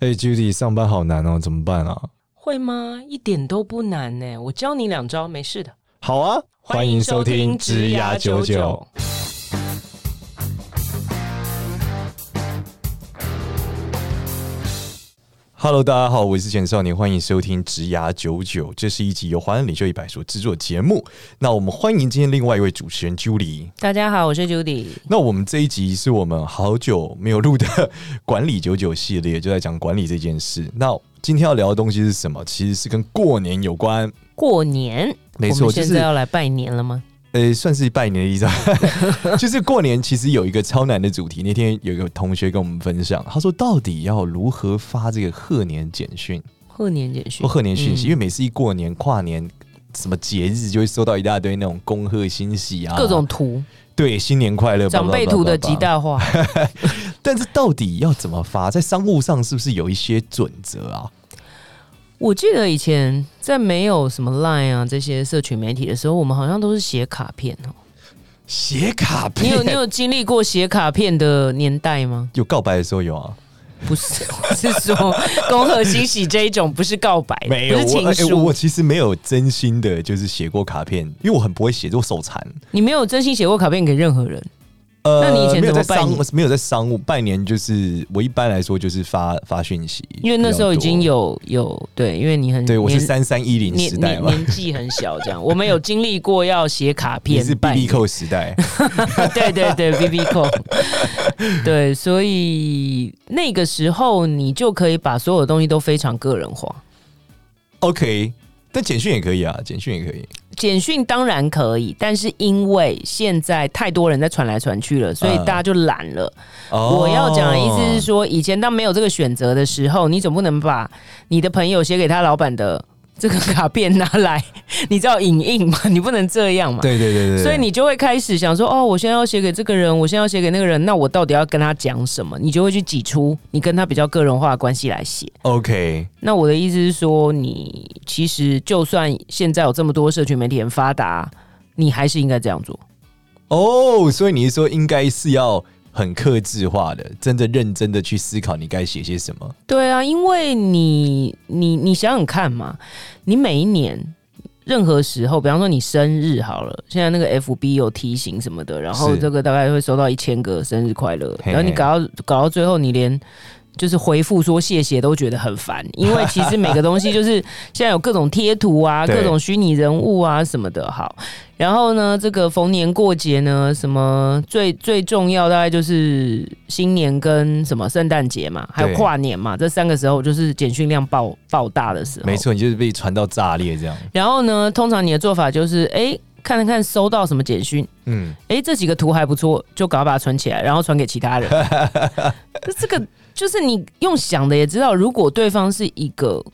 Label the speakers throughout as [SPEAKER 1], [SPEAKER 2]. [SPEAKER 1] 哎、j u d y 上班好难哦，怎么办啊？
[SPEAKER 2] 会吗？一点都不难呢、我教你两招，没事的。
[SPEAKER 1] 好啊，欢迎收听《职涯九九》。Hello，大家好，我是简少年，欢迎收听《职涯九九》，这是一集由华人领袖一百所制作的节目。那我们欢迎今天另外一位主持人 Julie。
[SPEAKER 2] 大家好，我是 Judy。
[SPEAKER 1] 那我们这一集是我们好久没有录的 管理九九系列，就在讲管理这件事。那今天要聊的东西是什么？其实是跟过年有关。
[SPEAKER 2] 过年，
[SPEAKER 1] 没
[SPEAKER 2] 我
[SPEAKER 1] 错，
[SPEAKER 2] 们
[SPEAKER 1] 就
[SPEAKER 2] 现
[SPEAKER 1] 是
[SPEAKER 2] 在要来拜年了吗？
[SPEAKER 1] 呃，算是拜年的意思啊。 就是过年其实有一个超难的主题。那天有一个同学跟我们分享，他说到底要如何发这个贺年简讯
[SPEAKER 2] 贺年简讯
[SPEAKER 1] 或，贺年讯息？
[SPEAKER 2] 嗯
[SPEAKER 1] 因为每次一过年、跨年。什么节日就会收到一大堆那种恭贺新喜啊，
[SPEAKER 2] 各种图，
[SPEAKER 1] 对新年快乐，
[SPEAKER 2] 长辈图的极
[SPEAKER 1] 大。
[SPEAKER 2] 大化。
[SPEAKER 1] 但是到底要怎么发，在商务上是不是有一些准则啊？
[SPEAKER 2] 我记得以前在没有什么 Line 啊这些社群媒体的时候，我们好像都是写卡片哦。
[SPEAKER 1] 写卡
[SPEAKER 2] 你
[SPEAKER 1] 片
[SPEAKER 2] 有你有经历过写卡片的年代吗？
[SPEAKER 1] 有告白的时候有啊？
[SPEAKER 2] 不是，我是说恭贺新喜这一种，不是告白，不是
[SPEAKER 1] 我、
[SPEAKER 2] 情
[SPEAKER 1] 哎我
[SPEAKER 2] 书
[SPEAKER 1] 我。其实没有真心的，就是写过卡片，因为我很不会写，就我手残。
[SPEAKER 2] 你没有真心写过卡片给任何人。
[SPEAKER 1] 呃
[SPEAKER 2] 那你以前
[SPEAKER 1] 没有
[SPEAKER 2] 怎么
[SPEAKER 1] 在
[SPEAKER 2] 拜
[SPEAKER 1] 商
[SPEAKER 2] 年
[SPEAKER 1] 没有在商务拜年，就是我一般来说就是发发讯息，
[SPEAKER 2] 因为那时候已经
[SPEAKER 1] 比较
[SPEAKER 2] 有有对，因为你很
[SPEAKER 1] 多对我是
[SPEAKER 2] 年
[SPEAKER 1] 三三一零
[SPEAKER 2] 年
[SPEAKER 1] 时代
[SPEAKER 2] 年
[SPEAKER 1] 嘛，
[SPEAKER 2] 年纪很小，这样我们有经历过要写卡
[SPEAKER 1] 你
[SPEAKER 2] 片，
[SPEAKER 1] 是 B B 扣时代，
[SPEAKER 2] 拜年 对对对 B B 扣， 对，所以那个时候你就可以把所有东西都非常个人化。
[SPEAKER 1] OK，但简讯也可以啊，简讯也可以。
[SPEAKER 2] 简讯当然可以，但是因为现在太多人在传来传去了，所以
[SPEAKER 1] 嗯
[SPEAKER 2] 大家就懒了。
[SPEAKER 1] 哦
[SPEAKER 2] 我要讲的意思是，说，以前当没有这个选择的时候，你总不能把你的朋友写给他老板的这个卡片拿来，你知道影印嘛？你不能这样嘛。
[SPEAKER 1] 对对对对对，
[SPEAKER 2] 所以你就会开始想说，哦，我现在要写给这个人，我现在要写给那个人，那我到底要跟他讲什么？你就会去挤出你跟他比较个人化的关系来写。
[SPEAKER 1] OK，
[SPEAKER 2] 那我的意思是说，你其实就算现在有这么多社群媒体很发达，你还是应该这样做。
[SPEAKER 1] 哦，所以你是说应该是要很克制化的，真的认真的去思考你该写些什么？
[SPEAKER 2] 对啊，因为你你你想想看嘛，你每一年任何时候，比方说你生日好了，现在那个 FB 有提醒什么的，然后
[SPEAKER 1] 是
[SPEAKER 2] 这个大概会收到一千个生日快乐，
[SPEAKER 1] 嘿
[SPEAKER 2] 然后你搞到搞到最后，你连。就是回复说谢谢都觉得很烦，因为其实每个东西就是现在有各种贴图啊，
[SPEAKER 1] 对
[SPEAKER 2] 各种虚拟人物啊什么的。好，然后呢，这个逢年过节呢，什么最最重要，大概就是新年跟什么圣诞节嘛，还有
[SPEAKER 1] 对
[SPEAKER 2] 跨年嘛，这三个时候就是简讯量爆爆大的时候。
[SPEAKER 1] 没。错，你就是被传到炸裂这样。
[SPEAKER 2] 然后呢，通常你的做法就是，哎，看了看收到什么简讯，
[SPEAKER 1] 嗯，
[SPEAKER 2] 哎，这几个图还不错，就赶快把它存起来，然后传给其他人。 那这个就是你用想的也知道，如果对方是一个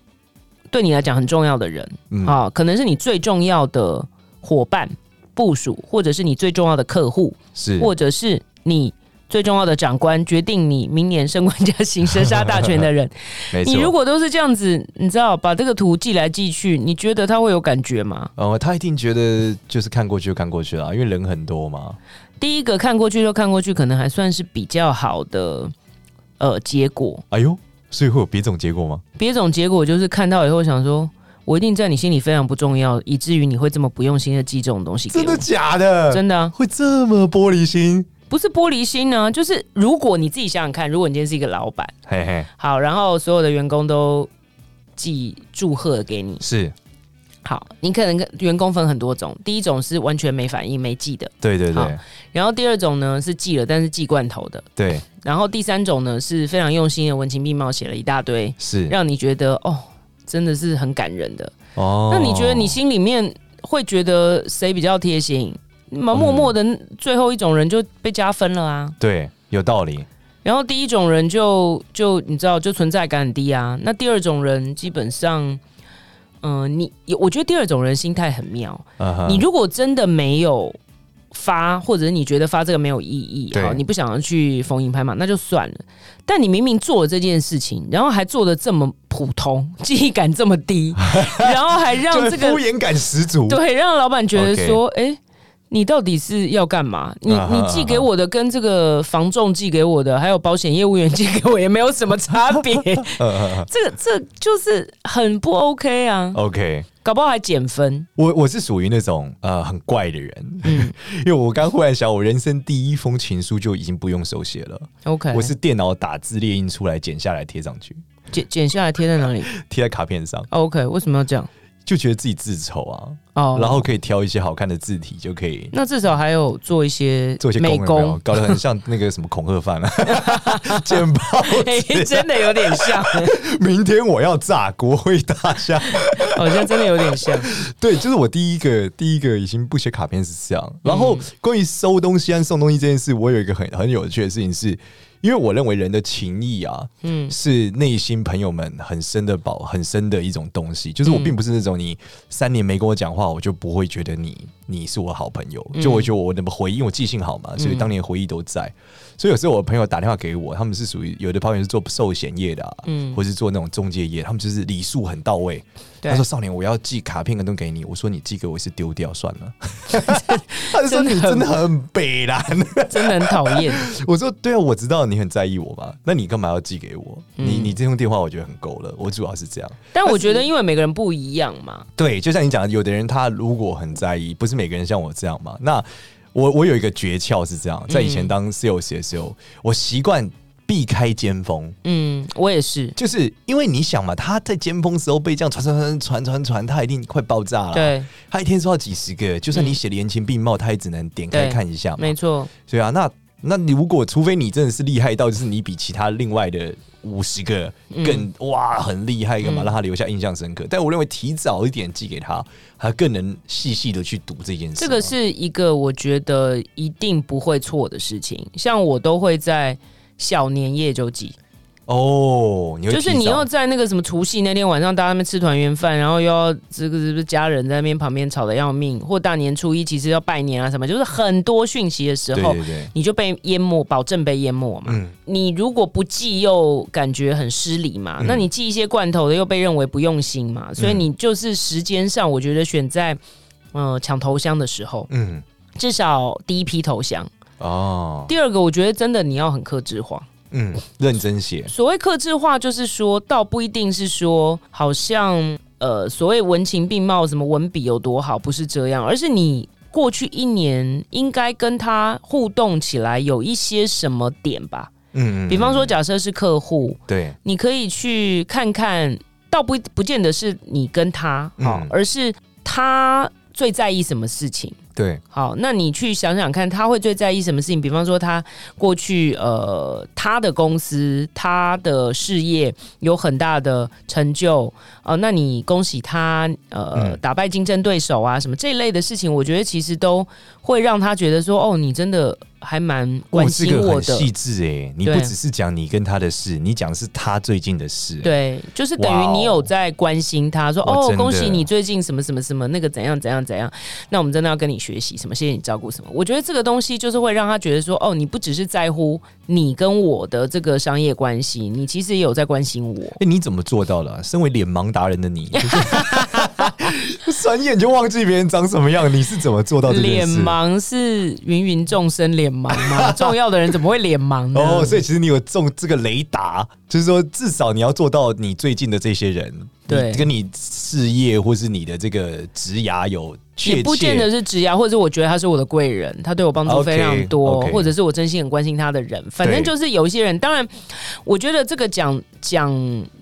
[SPEAKER 2] 对你来讲很重要的人，
[SPEAKER 1] 嗯
[SPEAKER 2] 啊，可能是你最重要的伙伴、部署，或者是你最重要的客户，
[SPEAKER 1] 是
[SPEAKER 2] 或者是你最重要的长官，决定你明年升官加 薪、生杀大权的人。
[SPEAKER 1] 没错。
[SPEAKER 2] 你如果都是这样子，你知道把这个图寄来寄去，你觉得他会有感觉吗？
[SPEAKER 1] 呃，他一定觉得就是看过去就看过去了，啊因为人很多嘛。
[SPEAKER 2] 第一个看过去就看过去，可能还算是比较好的呃结果。
[SPEAKER 1] 哎呦，所以会有别种结果吗？
[SPEAKER 2] 别种结果就是看到以后想说。我一定在你心里非常不重要，以至于你会这么不用心的寄这种东西给我。
[SPEAKER 1] 假的
[SPEAKER 2] 真的啊、
[SPEAKER 1] 会这么玻璃心？
[SPEAKER 2] 不是玻璃心呢、就是如果你自己想想看，如果你今天是一个老板，
[SPEAKER 1] 嘿嘿，
[SPEAKER 2] 好，然后所有的员工都寄祝贺给你，
[SPEAKER 1] 是
[SPEAKER 2] 好，你可能跟员工分很多种，第一种是完全没反应没寄的，
[SPEAKER 1] 对对
[SPEAKER 2] 好
[SPEAKER 1] 对
[SPEAKER 2] 然后第二种呢是寄了但是寄罐头的，
[SPEAKER 1] 对
[SPEAKER 2] 然后第三种呢是非常用心的文情并茂写了一大堆，
[SPEAKER 1] 是
[SPEAKER 2] 让你觉得哦真的是很感人的。
[SPEAKER 1] 哦
[SPEAKER 2] 那你觉得你心里面会觉得谁比较贴心？那么默默的最后一种人就被加分了啊。
[SPEAKER 1] 对有道理？
[SPEAKER 2] 然后第一种人就就你知道就存在感很低啊，那第二种人基本上，嗯、你我觉得第二种人心态很妙。
[SPEAKER 1] 嗯哼
[SPEAKER 2] 你如果真的没有发，或者是你觉得发这个没有意义，
[SPEAKER 1] 对
[SPEAKER 2] 好，你不想要去逢迎拍马，那就算了。但你明明做了这件事情，然后还做的这么普通，记忆 感这么低，然后还让
[SPEAKER 1] 就是
[SPEAKER 2] 这个
[SPEAKER 1] 敷衍感十足。
[SPEAKER 2] 对让老板觉得说，哎、你到底是要干嘛？你
[SPEAKER 1] 啊哈
[SPEAKER 2] 你寄给我的跟这个房仲寄给我的，还有保险业务员寄给我也没有什么差别。
[SPEAKER 1] 嗯
[SPEAKER 2] 这个这就是很不 OK 啊，
[SPEAKER 1] OK，
[SPEAKER 2] 搞不好还减分。
[SPEAKER 1] 我我是属于那种呃很怪的人，
[SPEAKER 2] 嗯
[SPEAKER 1] 因为我刚忽然想，我人生第一封情书就已经不用手写了，
[SPEAKER 2] ，OK，
[SPEAKER 1] 我是电脑打字列印出来剪下来贴上去，
[SPEAKER 2] 剪剪下来贴在哪里
[SPEAKER 1] 贴在卡片上，
[SPEAKER 2] ？OK，为什么要这样？
[SPEAKER 1] 就觉得自己字丑啊，
[SPEAKER 2] 哦，
[SPEAKER 1] 然后可以挑一些好看的字体就可以。
[SPEAKER 2] 那至少还有做一些
[SPEAKER 1] 做一些
[SPEAKER 2] 美
[SPEAKER 1] 工有没有
[SPEAKER 2] 工，
[SPEAKER 1] 搞得很像那个什么恐吓犯啊， 简报。
[SPEAKER 2] 嘿哎真的有点 像，
[SPEAKER 1] 明天我要炸国会大厦。
[SPEAKER 2] 好像真的有点像。
[SPEAKER 1] 对，就是我第一个第一个已经不写卡片是这样。
[SPEAKER 2] 嗯
[SPEAKER 1] 然后关于收东西和啊送东西这件事，我有一个很很有趣的事情是，因为我认为人的情谊啊，
[SPEAKER 2] 嗯
[SPEAKER 1] 是内心朋友们很深的宝，很深的一种东西。就是
[SPEAKER 2] 嗯
[SPEAKER 1] 我并不是那种你三年没跟我讲话，我就不会觉得你你是我好朋友。就
[SPEAKER 2] 嗯
[SPEAKER 1] 我觉得我的回忆，因为我记性好嘛，所以当年回忆都在。所以有时候我朋友打电话给我，他们是属于有的朋友是做寿险业的、啊，
[SPEAKER 2] 嗯
[SPEAKER 1] 或是做那种中介业，他们就是礼数很到位。
[SPEAKER 2] 对
[SPEAKER 1] 他说：“少年，我要寄卡片跟东西给你。”我说：“你寄给我是丢掉算 了。”他就说：“你真
[SPEAKER 2] 真
[SPEAKER 1] 的
[SPEAKER 2] 的
[SPEAKER 1] 很北蓝。”
[SPEAKER 2] 真的很讨厌。
[SPEAKER 1] 我说对啊，我知道你很在意我嘛，那你干嘛要寄给我？
[SPEAKER 2] 嗯
[SPEAKER 1] 你你这通电话我觉得很够了，我主要是这样。
[SPEAKER 2] 但我觉得，因为每个人不一样嘛，
[SPEAKER 1] 对，就像你讲的，有的人他如果很在意，不是每个人像我这样嘛。那我我有一个诀窍是这样，在以
[SPEAKER 2] 嗯
[SPEAKER 1] 前当 sales 的时候，我习惯避开尖峰，
[SPEAKER 2] 嗯，我也是，
[SPEAKER 1] 就是因为你想嘛，他在尖峰时候被这样传传传传传传，他一定快爆炸了。，
[SPEAKER 2] 对，
[SPEAKER 1] 他一天收到几十个，就算你写的言情并茂，他也只能点开
[SPEAKER 2] 对
[SPEAKER 1] 看一下嘛。
[SPEAKER 2] 没错，
[SPEAKER 1] 对啊，那那你如果除非你真的是厉害到，就是你比其他另外的五十个更、哇很厉害，干嘛
[SPEAKER 2] 嗯
[SPEAKER 1] 让他留下印象深刻？但我认为提早一点寄给他，他更能细细的去读这件事嘛。
[SPEAKER 2] 这个是一个我觉得一定不会错的事情。像我都会在小年夜就寄，
[SPEAKER 1] 哦，你会
[SPEAKER 2] 就是你
[SPEAKER 1] 提早
[SPEAKER 2] 又在那个什么除夕那天晚上，大家在那边吃团圆饭，然后又要这个是不是家人在那边旁边吵得要命，或大年初一其实要拜年啊什么，就是很多讯息的时
[SPEAKER 1] 对
[SPEAKER 2] 候，
[SPEAKER 1] 对对，
[SPEAKER 2] 你就被淹没，保证被淹没嘛。
[SPEAKER 1] 嗯
[SPEAKER 2] 你如果不寄又感觉很失礼嘛，
[SPEAKER 1] 嗯
[SPEAKER 2] 那你寄一些罐头的又被认为不用心嘛，所以你就是时间上，我觉得选在嗯抢头香的时候，
[SPEAKER 1] 嗯
[SPEAKER 2] 至少第一批投降。
[SPEAKER 1] 哦
[SPEAKER 2] 第二个，我觉得真的你要很克制化。
[SPEAKER 1] 嗯，认真写
[SPEAKER 2] 所谓克制化，就是说，倒不一定是说，好像呃，所谓文情并茂，什么文笔有多好，不是这样，而是你过去一年应该跟他互动起来有一些什么点吧。
[SPEAKER 1] 嗯，嗯
[SPEAKER 2] 比方
[SPEAKER 1] 嗯
[SPEAKER 2] 说，假设是客户，
[SPEAKER 1] 对
[SPEAKER 2] 你可以去看看，倒不不见得是你跟他好、
[SPEAKER 1] 嗯
[SPEAKER 2] 而是他最在意什么事情。
[SPEAKER 1] 对
[SPEAKER 2] 好，那你去想想看，他会最在意什么事情？比方说，他过去呃，他的公司、他的事业有很大的成就，呃，那你恭喜他，呃，
[SPEAKER 1] 嗯
[SPEAKER 2] 打败竞争对手啊，什么这一类的事情，我觉得其实都会让他觉得说，哦，你真的还蛮关
[SPEAKER 1] 哦这
[SPEAKER 2] 心
[SPEAKER 1] 个
[SPEAKER 2] 我
[SPEAKER 1] 很
[SPEAKER 2] 的。
[SPEAKER 1] 细致哎，你不
[SPEAKER 2] 对
[SPEAKER 1] 只是讲你跟他的事，你讲的是他最近的事。欸
[SPEAKER 2] 对，就是等
[SPEAKER 1] 哇哦
[SPEAKER 2] 于你有在关心他，说
[SPEAKER 1] 哇
[SPEAKER 2] 哦
[SPEAKER 1] 真，的
[SPEAKER 2] 恭喜你最近什么什么什么，那个怎样怎样怎样，那我们真的要跟你学习什么，谢谢你照顾什么。我觉得这个东西就是会让他觉得说，哦，你不只是在乎你跟我的这个商业关系，你其实也有在关心我。
[SPEAKER 1] 哎、你怎么做到的啊、身为脸盲达人的你，就是 转眼就忘记别人长什么样，你是怎么做哦到这件
[SPEAKER 2] 脸
[SPEAKER 1] 事？
[SPEAKER 2] 盲是芸芸众生脸盲 吗？重要的人怎么会脸盲呢？
[SPEAKER 1] 哦，所以其实你有中这个雷达，就是说至少你要做到你最近的这些人，
[SPEAKER 2] 对
[SPEAKER 1] 你跟你事业或是你的这个职涯有确
[SPEAKER 2] 也
[SPEAKER 1] 切，
[SPEAKER 2] 不见得是职涯，或者我觉得他是我的贵人，他对我帮助非常多
[SPEAKER 1] OK，OK
[SPEAKER 2] 或者是我真心很关心他的人。反正就是有一些人，当然，我觉得这个讲讲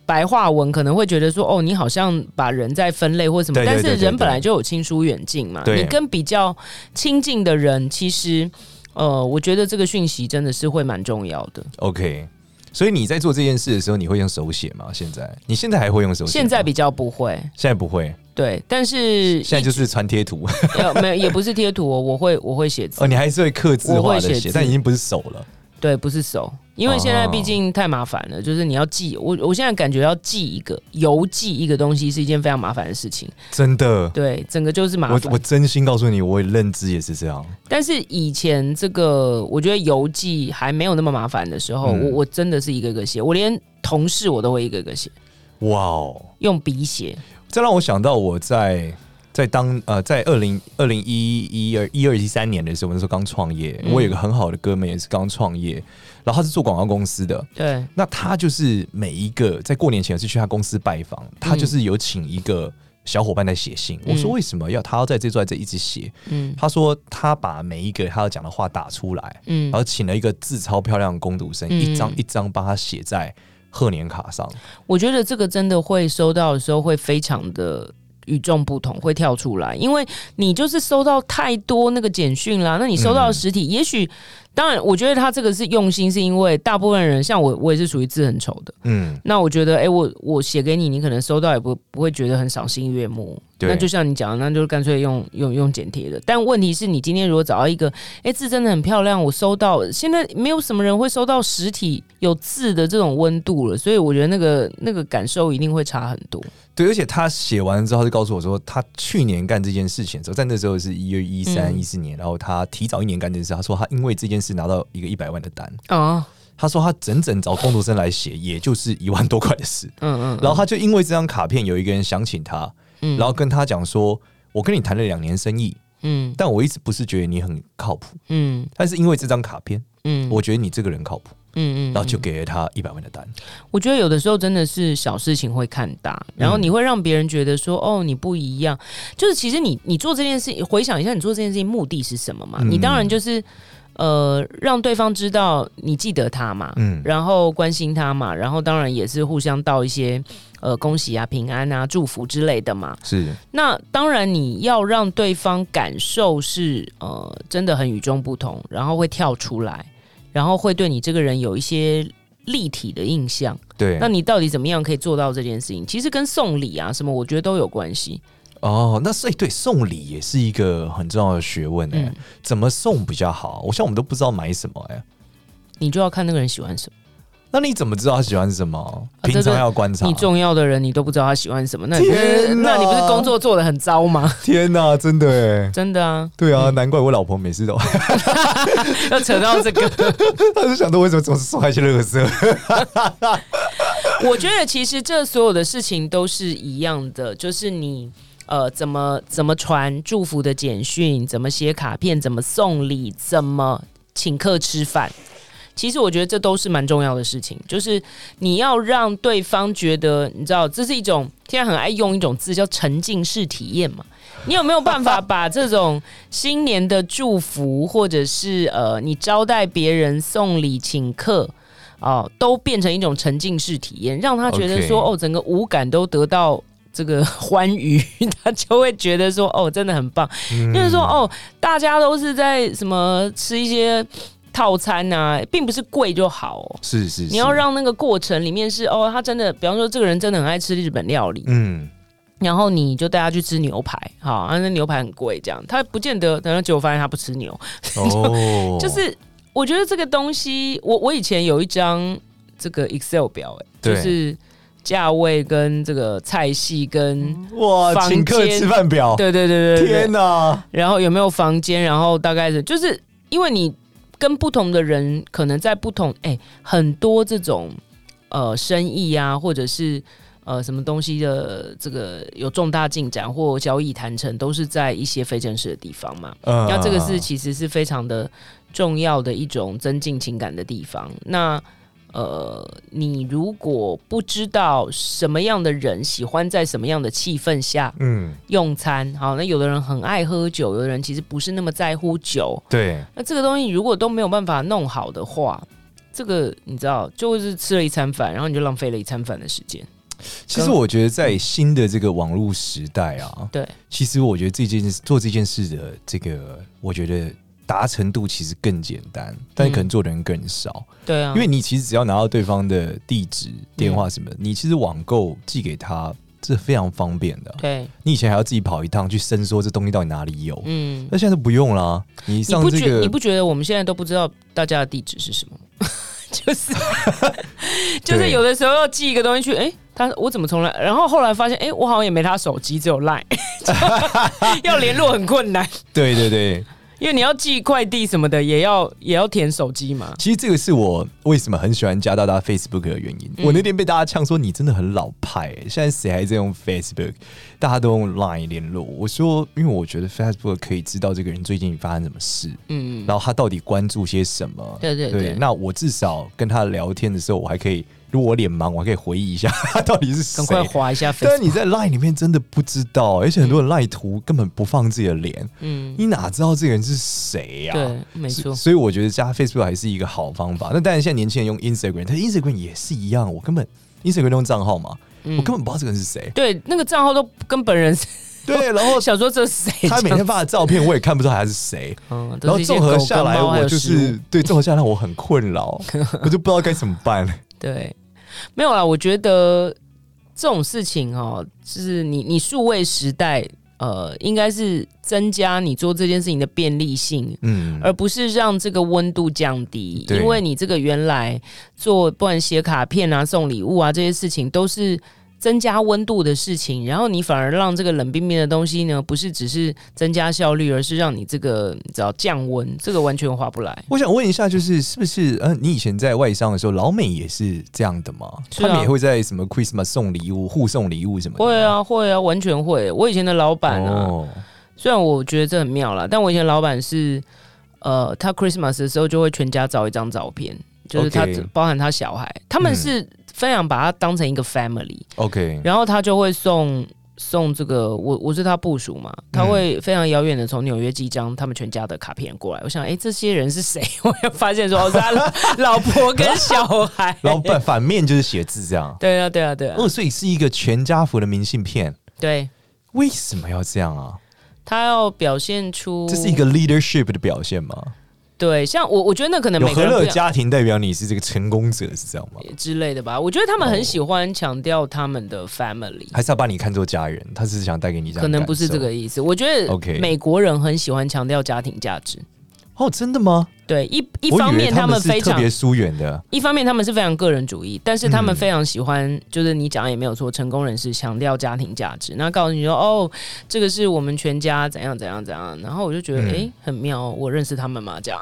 [SPEAKER 2] 白话文可能会觉得说，哦，你好像把人在分类或什么，
[SPEAKER 1] 对对对
[SPEAKER 2] 但
[SPEAKER 1] 对
[SPEAKER 2] 是
[SPEAKER 1] 对
[SPEAKER 2] 人本来就有亲疏远近嘛，
[SPEAKER 1] 对
[SPEAKER 2] 你跟比较亲近的人，其实。呃，我觉得这个讯息真的是会蛮重要的。
[SPEAKER 1] OK。所以你在做这件事的时候，你会用手写吗？现在你现在还会用手写吗？
[SPEAKER 2] 现在比较不会，
[SPEAKER 1] 现在不会，
[SPEAKER 2] 对，但是
[SPEAKER 1] 现在就是传贴图
[SPEAKER 2] 呃没有也不是贴图哦、我会我会写字，
[SPEAKER 1] 哦，你还是会刻字
[SPEAKER 2] 我
[SPEAKER 1] 化
[SPEAKER 2] 会
[SPEAKER 1] 的
[SPEAKER 2] 写
[SPEAKER 1] 写，
[SPEAKER 2] 字
[SPEAKER 1] 但已经不是手了。
[SPEAKER 2] 对，不是手，因为现在
[SPEAKER 1] 哦
[SPEAKER 2] 毕竟太麻烦了，就是你要记我，我现在感觉要记一个邮寄一个东西是一件非常麻烦的事情，
[SPEAKER 1] 真的，
[SPEAKER 2] 对，整个就是麻
[SPEAKER 1] 我我
[SPEAKER 2] 烦。
[SPEAKER 1] 真心告诉你，我认知也是这样。
[SPEAKER 2] 但是以前这个，我觉得邮寄还没有那么麻烦的时候，
[SPEAKER 1] 嗯
[SPEAKER 2] 我我真的是一个一个写，我连同事我都会一个一个写，
[SPEAKER 1] 哇哦，
[SPEAKER 2] 用笔写。
[SPEAKER 1] 这让我想到我在在当呃，在二零二零一一二一二一三年的时候，我那时候刚创业，
[SPEAKER 2] 嗯
[SPEAKER 1] 我有一个很好的哥们也是刚创业，然后他是做广告公司的，
[SPEAKER 2] 对，
[SPEAKER 1] 那他就是每一个在过年前是去他公司拜访，他就是有请一个小伙伴在写信。
[SPEAKER 2] 嗯
[SPEAKER 1] 我说为什么要他要在这座在这一直写？
[SPEAKER 2] 嗯
[SPEAKER 1] 他说他把每一个他要讲的话打出来，
[SPEAKER 2] 嗯
[SPEAKER 1] 然，后请了一个字超漂亮的工读生，
[SPEAKER 2] 嗯
[SPEAKER 1] 一张一张帮他写在贺年卡上。
[SPEAKER 2] 我觉得这个真的会收到的时候会非常的与众不同，会跳出来，因为你就是收到太多那个简讯啦。那你收到的实体，也许当然，我觉得他这个是用心，是因为大部分人像我，我也是属于字很丑的。
[SPEAKER 1] 嗯，
[SPEAKER 2] 那我觉得，哎、我我写给你，你可能收到也不不会觉得很赏心悦目。
[SPEAKER 1] 对
[SPEAKER 2] 那就像你讲的，那就干脆用用用剪贴的。但问题是你今天如果找到一个，哎、字真的很漂亮，我收到，现在没有什么人会收到实体有字的这种温度了，所以我觉得那个那个感受一定会差很多。
[SPEAKER 1] 对，而且他写完之后，他就告诉我说，他去年干这件事情的时候，在那时候是一月一三
[SPEAKER 2] 嗯
[SPEAKER 1] 一四年，然后他提早一年干这件事，他说他因为这件事拿到一个一百万的单，
[SPEAKER 2] 啊，
[SPEAKER 1] 他说他整整找工读生来写，也就是一万多块的事。
[SPEAKER 2] 嗯嗯，
[SPEAKER 1] 然后他就因为这张卡片，有一个人想请他，
[SPEAKER 2] 嗯
[SPEAKER 1] 然后跟他讲说：“我跟你谈了两年生意，
[SPEAKER 2] 嗯
[SPEAKER 1] 但我一直不是觉得你很靠谱，
[SPEAKER 2] 嗯
[SPEAKER 1] 但是因为这张卡片，
[SPEAKER 2] 嗯，
[SPEAKER 1] 我觉得你这个人靠谱。”
[SPEAKER 2] 嗯嗯，
[SPEAKER 1] 然后就给了他一百万的单。
[SPEAKER 2] 我觉得有的时候真的是小事情会看大，
[SPEAKER 1] 嗯
[SPEAKER 2] 然后你会让别人觉得说，哦，你不一样。就是其实你你做这件事，回想一下你做这件事情目的是什么嘛？
[SPEAKER 1] 嗯
[SPEAKER 2] 你当然就是呃让对方知道你记得他嘛，
[SPEAKER 1] 嗯
[SPEAKER 2] 然后关心他嘛，然后当然也是互相道一些呃恭喜啊、平安啊、祝福之类的嘛。
[SPEAKER 1] 是，
[SPEAKER 2] 那当然你要让对方感受是呃真的很与众不同，然后会跳出来，然后会对你这个人有一些立体的印象。
[SPEAKER 1] 对
[SPEAKER 2] 那。你到底怎么样可以做到这件事情？其实跟送礼啊什么，我觉得都有关系。
[SPEAKER 1] 哦，那所以对送礼也是一个很重要的学问哎、
[SPEAKER 2] 嗯，
[SPEAKER 1] 怎么送比较好？我像我们都不知道买什么哎、
[SPEAKER 2] 你就要看那个人喜欢什么。
[SPEAKER 1] 那你怎么知道他喜欢什么？
[SPEAKER 2] 啊这
[SPEAKER 1] 平常
[SPEAKER 2] 个
[SPEAKER 1] 要观察。
[SPEAKER 2] 你重要的人，你都不知道他喜欢什么，那你不是
[SPEAKER 1] 啊天哪
[SPEAKER 2] 那你不是工作做的很糟 吗？
[SPEAKER 1] 天哪、真的哎、
[SPEAKER 2] 真的啊，
[SPEAKER 1] 对啊，难怪我老婆每次都，
[SPEAKER 2] 要扯到这个，
[SPEAKER 1] 她就想到为什么总是送她一些垃圾。
[SPEAKER 2] 我觉得其实这所有的事情都是一样的，就是你。呃，怎么怎么传祝福的简讯，怎么写卡片，怎么送礼，怎么请客吃饭。其实我觉得这都是蛮重要的事情，就是你要让对方觉得，你知道，这是一种现在很爱用一种字叫沉浸式体验嘛。你有没有办法把这种新年的祝福，或者是呃你招待别人、送礼、请客，哦、都变成一种沉浸式体验，让他觉得说
[SPEAKER 1] OK
[SPEAKER 2] 哦，整个五感都得到这个欢愉， 他就会觉得说哦，真的很棒。就是说哦，大家都是在什么吃一些套餐啊，并不是贵就好、哦。
[SPEAKER 1] 是是是，
[SPEAKER 2] 你要让那个过程里面是哦，他真的，比方说这个人真的很爱吃日本料理，
[SPEAKER 1] 嗯。
[SPEAKER 2] 然后你就带他去吃牛排，好，啊，那牛排很贵，这样他不见得，等到结果发现他不吃牛，
[SPEAKER 1] 哦，
[SPEAKER 2] 就是我觉得这个东西，我我以前有一张这个 Excel 表、哎，就
[SPEAKER 1] 对
[SPEAKER 2] 是价位跟这个菜系跟，
[SPEAKER 1] 哇，
[SPEAKER 2] 房间
[SPEAKER 1] 请客吃饭表，
[SPEAKER 2] 对对对对对对
[SPEAKER 1] 哦天哪！
[SPEAKER 2] 然后有没有房间，然后大概是就是因为你跟不同的人，可能在不同哎、很多这种呃生意啊，或者是呃什么东西的这个有重大进展或交易谈成，都是在一些非正式的地方嘛。
[SPEAKER 1] 嗯
[SPEAKER 2] 那这个是其实是非常的重要的一种增进情感的地方。那呃，你如果不知道什么样的人喜欢在什么样的气氛下
[SPEAKER 1] 嗯，
[SPEAKER 2] 用餐，好，那有的人很爱喝酒，有的人其实不是那么在乎酒。
[SPEAKER 1] 对，
[SPEAKER 2] 那这个东西如果都没有办法弄好的话，这个你知道，就是吃了一餐饭，然后你就浪费了一餐饭的时间。
[SPEAKER 1] 其实我觉得在新的这个网络时代啊，
[SPEAKER 2] 嗯对，
[SPEAKER 1] 其实我觉得这件做这件事的这个，我觉得达成度其实更简单，但可能做的人更少，
[SPEAKER 2] 对啊，
[SPEAKER 1] 因为你其实只要拿到对方的地址、电话什么
[SPEAKER 2] 嗯
[SPEAKER 1] 的，你其实网购寄给他这非常方便的。
[SPEAKER 2] 对，
[SPEAKER 1] 你以前还要自己跑一趟去伸缩这东西到底哪里有，
[SPEAKER 2] 嗯，
[SPEAKER 1] 那现在都不用啦。你
[SPEAKER 2] 你
[SPEAKER 1] 上
[SPEAKER 2] 不
[SPEAKER 1] 这
[SPEAKER 2] 觉你
[SPEAKER 1] 个
[SPEAKER 2] 不觉得我们现在都不知道大家的地址是什么吗？ 就是就是
[SPEAKER 1] 对
[SPEAKER 2] 有的时候要寄一个东西去，哎、他我怎么从来？然后后来发现，哎、我好像也没他手机，只有 Line，要联络很困难。
[SPEAKER 1] 对对对，
[SPEAKER 2] 因为你要寄快递什么的，也要也要填手机嘛。
[SPEAKER 1] 其实这个是我为什么很喜欢加大大 Facebook 的原因。
[SPEAKER 2] 嗯
[SPEAKER 1] 我那天被大家呛说你真的很老派、欸，现在谁还在用 Facebook？大家都用 Line 联络。我说，因为我觉得 Facebook 可以知道这个人最近发生什么事，
[SPEAKER 2] 嗯，
[SPEAKER 1] 然后他到底关注些什么。
[SPEAKER 2] 对对对
[SPEAKER 1] 那我至少跟他聊天的时候，我还可以，如果我脸盲，我还可以回忆一下 他到底是谁
[SPEAKER 2] 赶。快划一下
[SPEAKER 1] 但是
[SPEAKER 2] Facebook。
[SPEAKER 1] 你在 Line 里面真的不知道，而且很多人 Line 图根本不放自己的脸，
[SPEAKER 2] 嗯，
[SPEAKER 1] 你哪知道这个人是谁呀、啊
[SPEAKER 2] 对，没
[SPEAKER 1] 所
[SPEAKER 2] 错。
[SPEAKER 1] 所以我觉得加 Facebook 还是一个好方法。那当然，现在年轻人用 Instagram，但 Instagram 也是一样，我根本 Instagram 用账号嘛，
[SPEAKER 2] 嗯
[SPEAKER 1] 我根本不知道这个人是谁。
[SPEAKER 2] 对，那个账号都跟本人是，
[SPEAKER 1] 对，然后
[SPEAKER 2] 想说这是谁？
[SPEAKER 1] 他每天发的照片，我也看不出来他是谁。
[SPEAKER 2] 嗯，
[SPEAKER 1] 然
[SPEAKER 2] 都
[SPEAKER 1] 后
[SPEAKER 2] 是一些
[SPEAKER 1] 综合下来，
[SPEAKER 2] 狗跟猫还
[SPEAKER 1] 我
[SPEAKER 2] 有
[SPEAKER 1] 就
[SPEAKER 2] 食物
[SPEAKER 1] 是对综合下来我很困 扰，我就不知道该怎么办。
[SPEAKER 2] 对，没有啦。我觉得这种事情哦，就是你你数位时代，呃，应该是增加你做这件事情的便利性。
[SPEAKER 1] 嗯，
[SPEAKER 2] 而不是让这个温度降低，
[SPEAKER 1] 对
[SPEAKER 2] 因为你这个原来做不管写卡片啊、送礼物啊这些事情都是增加温度的事情，然后你反而让这个冷冰冰的东西呢，不是只是增加效率，而是让你这个你知道降
[SPEAKER 1] 嗯
[SPEAKER 2] 温，这个完全划不来。
[SPEAKER 1] 我想问一下，就是是不是呃，你以前在外商的时候，老美也是这样的吗？
[SPEAKER 2] 是
[SPEAKER 1] 他们
[SPEAKER 2] 啊
[SPEAKER 1] 也会在什么 Christmas 送礼物、互送礼物什么的？
[SPEAKER 2] 会，啊，会啊，完全会。我以前的老板啊，
[SPEAKER 1] 哦，
[SPEAKER 2] 虽然我觉得这很妙啦，但我以前老板是，呃，他 Christmas 的时候就会全家照一张照片，就是他
[SPEAKER 1] OK
[SPEAKER 2] 包含他小孩，他们
[SPEAKER 1] 嗯
[SPEAKER 2] 是非常把他当成一个 family，、
[SPEAKER 1] OK，
[SPEAKER 2] 然后他就会送送这个我我是他部属嘛，
[SPEAKER 1] 嗯
[SPEAKER 2] 他会非常遥远的从纽约寄一张他们全家的卡片过来。我想，哎，这些人是谁？ 我也发现说，哦，是他 老老婆跟小孩。
[SPEAKER 1] 然后反反面就是写字这样。
[SPEAKER 2] 对啊，对啊，对啊，
[SPEAKER 1] 哦，所以是一个全家福的明信片，
[SPEAKER 2] 对
[SPEAKER 1] 为什么要这样啊？
[SPEAKER 2] 他要表现出
[SPEAKER 1] 这是一个 leadership 的表现吗？
[SPEAKER 2] 对，像我我觉得那可能
[SPEAKER 1] 有
[SPEAKER 2] 每个
[SPEAKER 1] 和
[SPEAKER 2] 人不
[SPEAKER 1] 乐
[SPEAKER 2] 一样嗯
[SPEAKER 1] 家庭代表你是这个成功者，是这样吗？
[SPEAKER 2] 之类的吧。我觉得他们
[SPEAKER 1] 哦
[SPEAKER 2] 很喜欢强调他们的 family。
[SPEAKER 1] 还是要把你看作家人？他只是想带给你这样
[SPEAKER 2] 可
[SPEAKER 1] 的
[SPEAKER 2] 能不是
[SPEAKER 1] 感
[SPEAKER 2] 这
[SPEAKER 1] 受
[SPEAKER 2] 个意思，我觉得
[SPEAKER 1] OK
[SPEAKER 2] 美国人很喜欢强调家庭价值。
[SPEAKER 1] 哦，真的吗？
[SPEAKER 2] 对，一一
[SPEAKER 1] 我以为
[SPEAKER 2] 方面
[SPEAKER 1] 他
[SPEAKER 2] 们
[SPEAKER 1] 是
[SPEAKER 2] 非
[SPEAKER 1] 特
[SPEAKER 2] 常
[SPEAKER 1] 别疏远的。
[SPEAKER 2] 一方面他们是非常个人主义，但是他们
[SPEAKER 1] 嗯
[SPEAKER 2] 非常喜欢，就是你讲的也没有错，成功人士强调家庭价值，那告诉你说哦，这个是我们全家怎样怎样怎样，然后我就觉得哎、
[SPEAKER 1] 嗯
[SPEAKER 2] 诶很妙哦，我认识他们嘛，这样，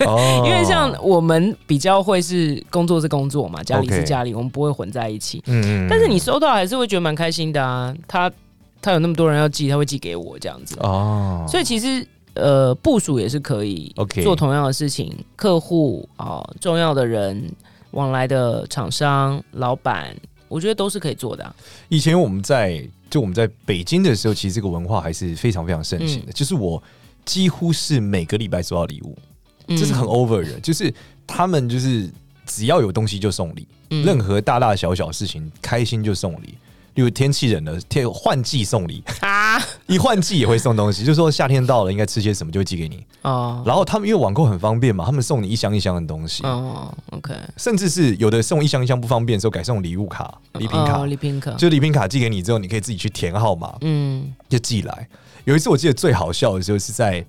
[SPEAKER 1] 哦
[SPEAKER 2] 因为像我们比较会是工作是工作嘛，家里是
[SPEAKER 1] OK
[SPEAKER 2] 家里，我们不会混在一起，
[SPEAKER 1] 嗯嗯
[SPEAKER 2] 但是你收到还是会觉得蛮开心的啊，他他有那么多人要寄，他会寄给我这样子，
[SPEAKER 1] 哦，
[SPEAKER 2] 所以其实呃，部署也是可以
[SPEAKER 1] OK
[SPEAKER 2] 做同样的事情，客户啊、哦重要的人、往来的厂商、老板，我觉得都是可以做的啊、
[SPEAKER 1] 以前我们在就我们在北京的时候，其实这个文化还是非常非常盛行的。就是我几乎是每个礼拜收到礼物，
[SPEAKER 2] 嗯
[SPEAKER 1] 这是很 over 的。就是他们就是只要有东西就送礼，
[SPEAKER 2] 嗯
[SPEAKER 1] 任何大大小小事情，开心就送礼。例如天气冷了，天换季送礼，
[SPEAKER 2] 啊
[SPEAKER 1] 一换季也会送东西，就说夏天到了应该吃些什么就会寄给你。
[SPEAKER 2] 哦
[SPEAKER 1] 然后他们因为网购很方便嘛，他们送你一箱一箱的东西，
[SPEAKER 2] 哦，OK，
[SPEAKER 1] 甚至是有的送一箱一箱不方便的时候改送礼物卡、礼品卡
[SPEAKER 2] 哦，礼品卡，
[SPEAKER 1] 就礼品卡寄给你之后，你可以自己去填号码
[SPEAKER 2] 嗯
[SPEAKER 1] 就寄来。有一次我记得最好笑的时候是在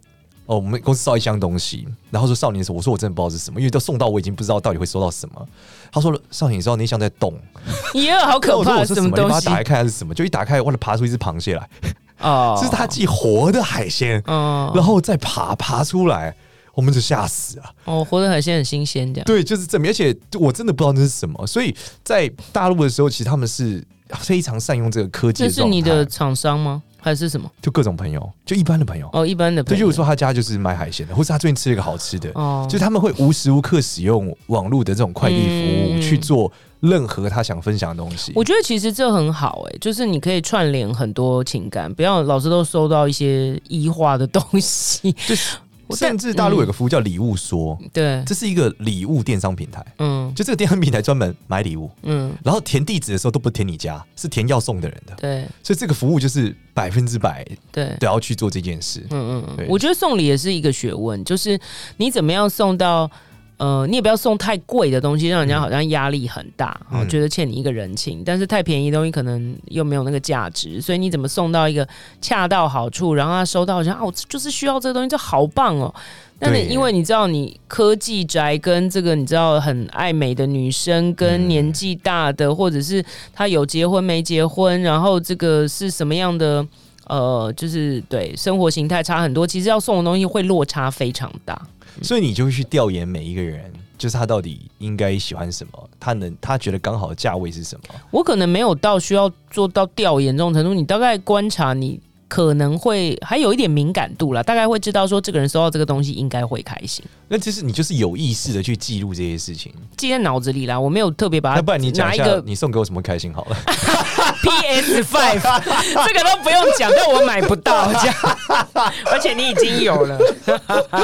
[SPEAKER 1] 哦，我们公司烧一箱东西，然后说少年的时候，我说我真的不知道是什么，因为都送到我已经不知道到底会收到什么。他说少年，你知道那箱在动，
[SPEAKER 2] 也有好 可
[SPEAKER 1] 我说
[SPEAKER 2] 怕
[SPEAKER 1] 我
[SPEAKER 2] 的
[SPEAKER 1] 是
[SPEAKER 2] 什
[SPEAKER 1] 什
[SPEAKER 2] 么
[SPEAKER 1] 么？你
[SPEAKER 2] 东
[SPEAKER 1] 把它
[SPEAKER 2] 西
[SPEAKER 1] 打开看看是什么，就一打开，哇，爬出一只螃蟹来，
[SPEAKER 2] 哦，
[SPEAKER 1] 这是他寄活的海鲜，
[SPEAKER 2] 哦，
[SPEAKER 1] 然后再爬爬出来，我们就吓死了。
[SPEAKER 2] 哦，活的海鲜很新鲜，这样
[SPEAKER 1] 对，就是这么，而且我真的不知道那是什么，所以在大陆的时候，其实他们是非常善用这个科技
[SPEAKER 2] 这
[SPEAKER 1] 的
[SPEAKER 2] 是你的
[SPEAKER 1] 状态
[SPEAKER 2] 厂商吗？还是什么？
[SPEAKER 1] 就各种朋友，就一般的朋友，
[SPEAKER 2] 哦，一般的朋
[SPEAKER 1] 对，
[SPEAKER 2] 友，
[SPEAKER 1] 就是说他家就是卖海鲜的，或是他最近吃了一个好吃的，
[SPEAKER 2] 哦，
[SPEAKER 1] 就他们会无时无刻使用网络的这种快递服务
[SPEAKER 2] 嗯
[SPEAKER 1] 去做任何他想分享的东西。
[SPEAKER 2] 我觉得其实这很好哎、就是你可以串联很多情感，不要老是都收到一些异化的东西。
[SPEAKER 1] 就是
[SPEAKER 2] 我但
[SPEAKER 1] 甚至大陆有
[SPEAKER 2] 嗯
[SPEAKER 1] 个服务叫礼物说，
[SPEAKER 2] 对，
[SPEAKER 1] 这是一个礼物电商平台，
[SPEAKER 2] 嗯
[SPEAKER 1] 就这个电商平台专门买礼物，
[SPEAKER 2] 嗯，
[SPEAKER 1] 然后填地址的时候都不填你家，是填要送的人的，
[SPEAKER 2] 对
[SPEAKER 1] 所以这个服务就是百分之百
[SPEAKER 2] 对。
[SPEAKER 1] 都要去做这件事。
[SPEAKER 2] 嗯嗯嗯
[SPEAKER 1] 对，
[SPEAKER 2] 我觉得送礼也是一个学问，就是你怎么样送到，呃，你也不要送太贵的东西，让人家好像压力很大，啊、
[SPEAKER 1] 嗯
[SPEAKER 2] 觉得欠你一个人情。但是太便宜的东西可能又没有那个价值，所以你怎么送到一个恰到好处，然后他收到好像啊，我就是需要这个东西，这好棒哦。但是
[SPEAKER 1] 对
[SPEAKER 2] 因为你知道，你科技宅跟这个你知道很爱美的女生，跟
[SPEAKER 1] 嗯
[SPEAKER 2] 年纪大的，或者是她有结婚没结婚，然后这个是什么样的呃，就是对生活形态差很多，其实要送的东西会落差非常大。
[SPEAKER 1] 所以你就会去调研每一个人，就是他到底应该喜欢什么，他能他觉得刚好的价位是什么。
[SPEAKER 2] 我可能没有到需要做到调研这种程度，你大概观察你。可能会还有一点敏感度啦，大概会知道说这个人收到这个东西应该会开心，
[SPEAKER 1] 那其实你就是有意识的去记录这些事情，
[SPEAKER 2] 记在脑子里啦。我没有特别把它
[SPEAKER 1] 那不然你讲
[SPEAKER 2] 拿
[SPEAKER 1] 一
[SPEAKER 2] 啊一
[SPEAKER 1] 下
[SPEAKER 2] 个
[SPEAKER 1] 你送给我什么开心好了。
[SPEAKER 2] PS Five，这个都不用讲，但我买不到这样， 而且你已经有了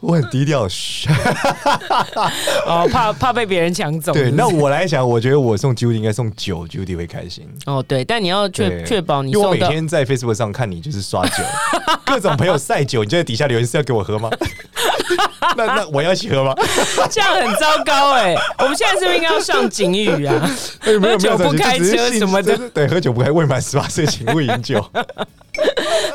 [SPEAKER 1] 我很低调，嘘
[SPEAKER 2] 哦，怕怕被别人抢走。
[SPEAKER 1] 对，
[SPEAKER 2] 是不是
[SPEAKER 1] 那我来讲，我觉得我送 Judy 应该送酒，Judy 会开心。
[SPEAKER 2] 哦对，但你要确
[SPEAKER 1] 对
[SPEAKER 2] 确保你
[SPEAKER 1] 因为我每
[SPEAKER 2] 送到。
[SPEAKER 1] 天在 Facebook 上看你就是刷 酒，各种朋友晒酒，你就在底下留言是要给我喝吗？ 那那我要一起喝吗？
[SPEAKER 2] 这样很糟糕哎、我们现在是不是应该要上警语啊？
[SPEAKER 1] 没有没有
[SPEAKER 2] 喝酒不开车什
[SPEAKER 1] 没
[SPEAKER 2] 么，
[SPEAKER 1] 有
[SPEAKER 2] 的
[SPEAKER 1] 就只是 对，喝酒不开，未满十八岁请勿饮酒。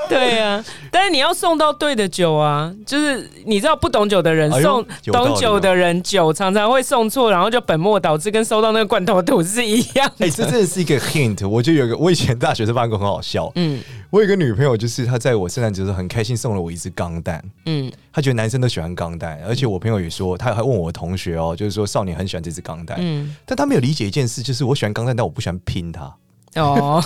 [SPEAKER 2] 对啊，但是你要送到对的酒啊，就是你知道不懂酒的人、
[SPEAKER 1] 哎呦
[SPEAKER 2] 送
[SPEAKER 1] 有道理
[SPEAKER 2] 懂酒的人酒常常会送错，然后就本末倒置，跟收到那个罐头土是一样的。
[SPEAKER 1] 哎、这真的是一个 hint。我就有一个，我以前大学是办过很好笑。
[SPEAKER 2] 嗯
[SPEAKER 1] 我有一个女朋友，就是她在我圣诞节的时候很开心送了我一只钢蛋。
[SPEAKER 2] 嗯
[SPEAKER 1] 她觉得男生都喜欢钢蛋，而且我朋友也说，她还问我同学哦，就是说少年很喜欢这只钢蛋，
[SPEAKER 2] 嗯，
[SPEAKER 1] 但她没有理解一件事，就是我喜欢钢蛋，但我不喜欢拼它。
[SPEAKER 2] 哦，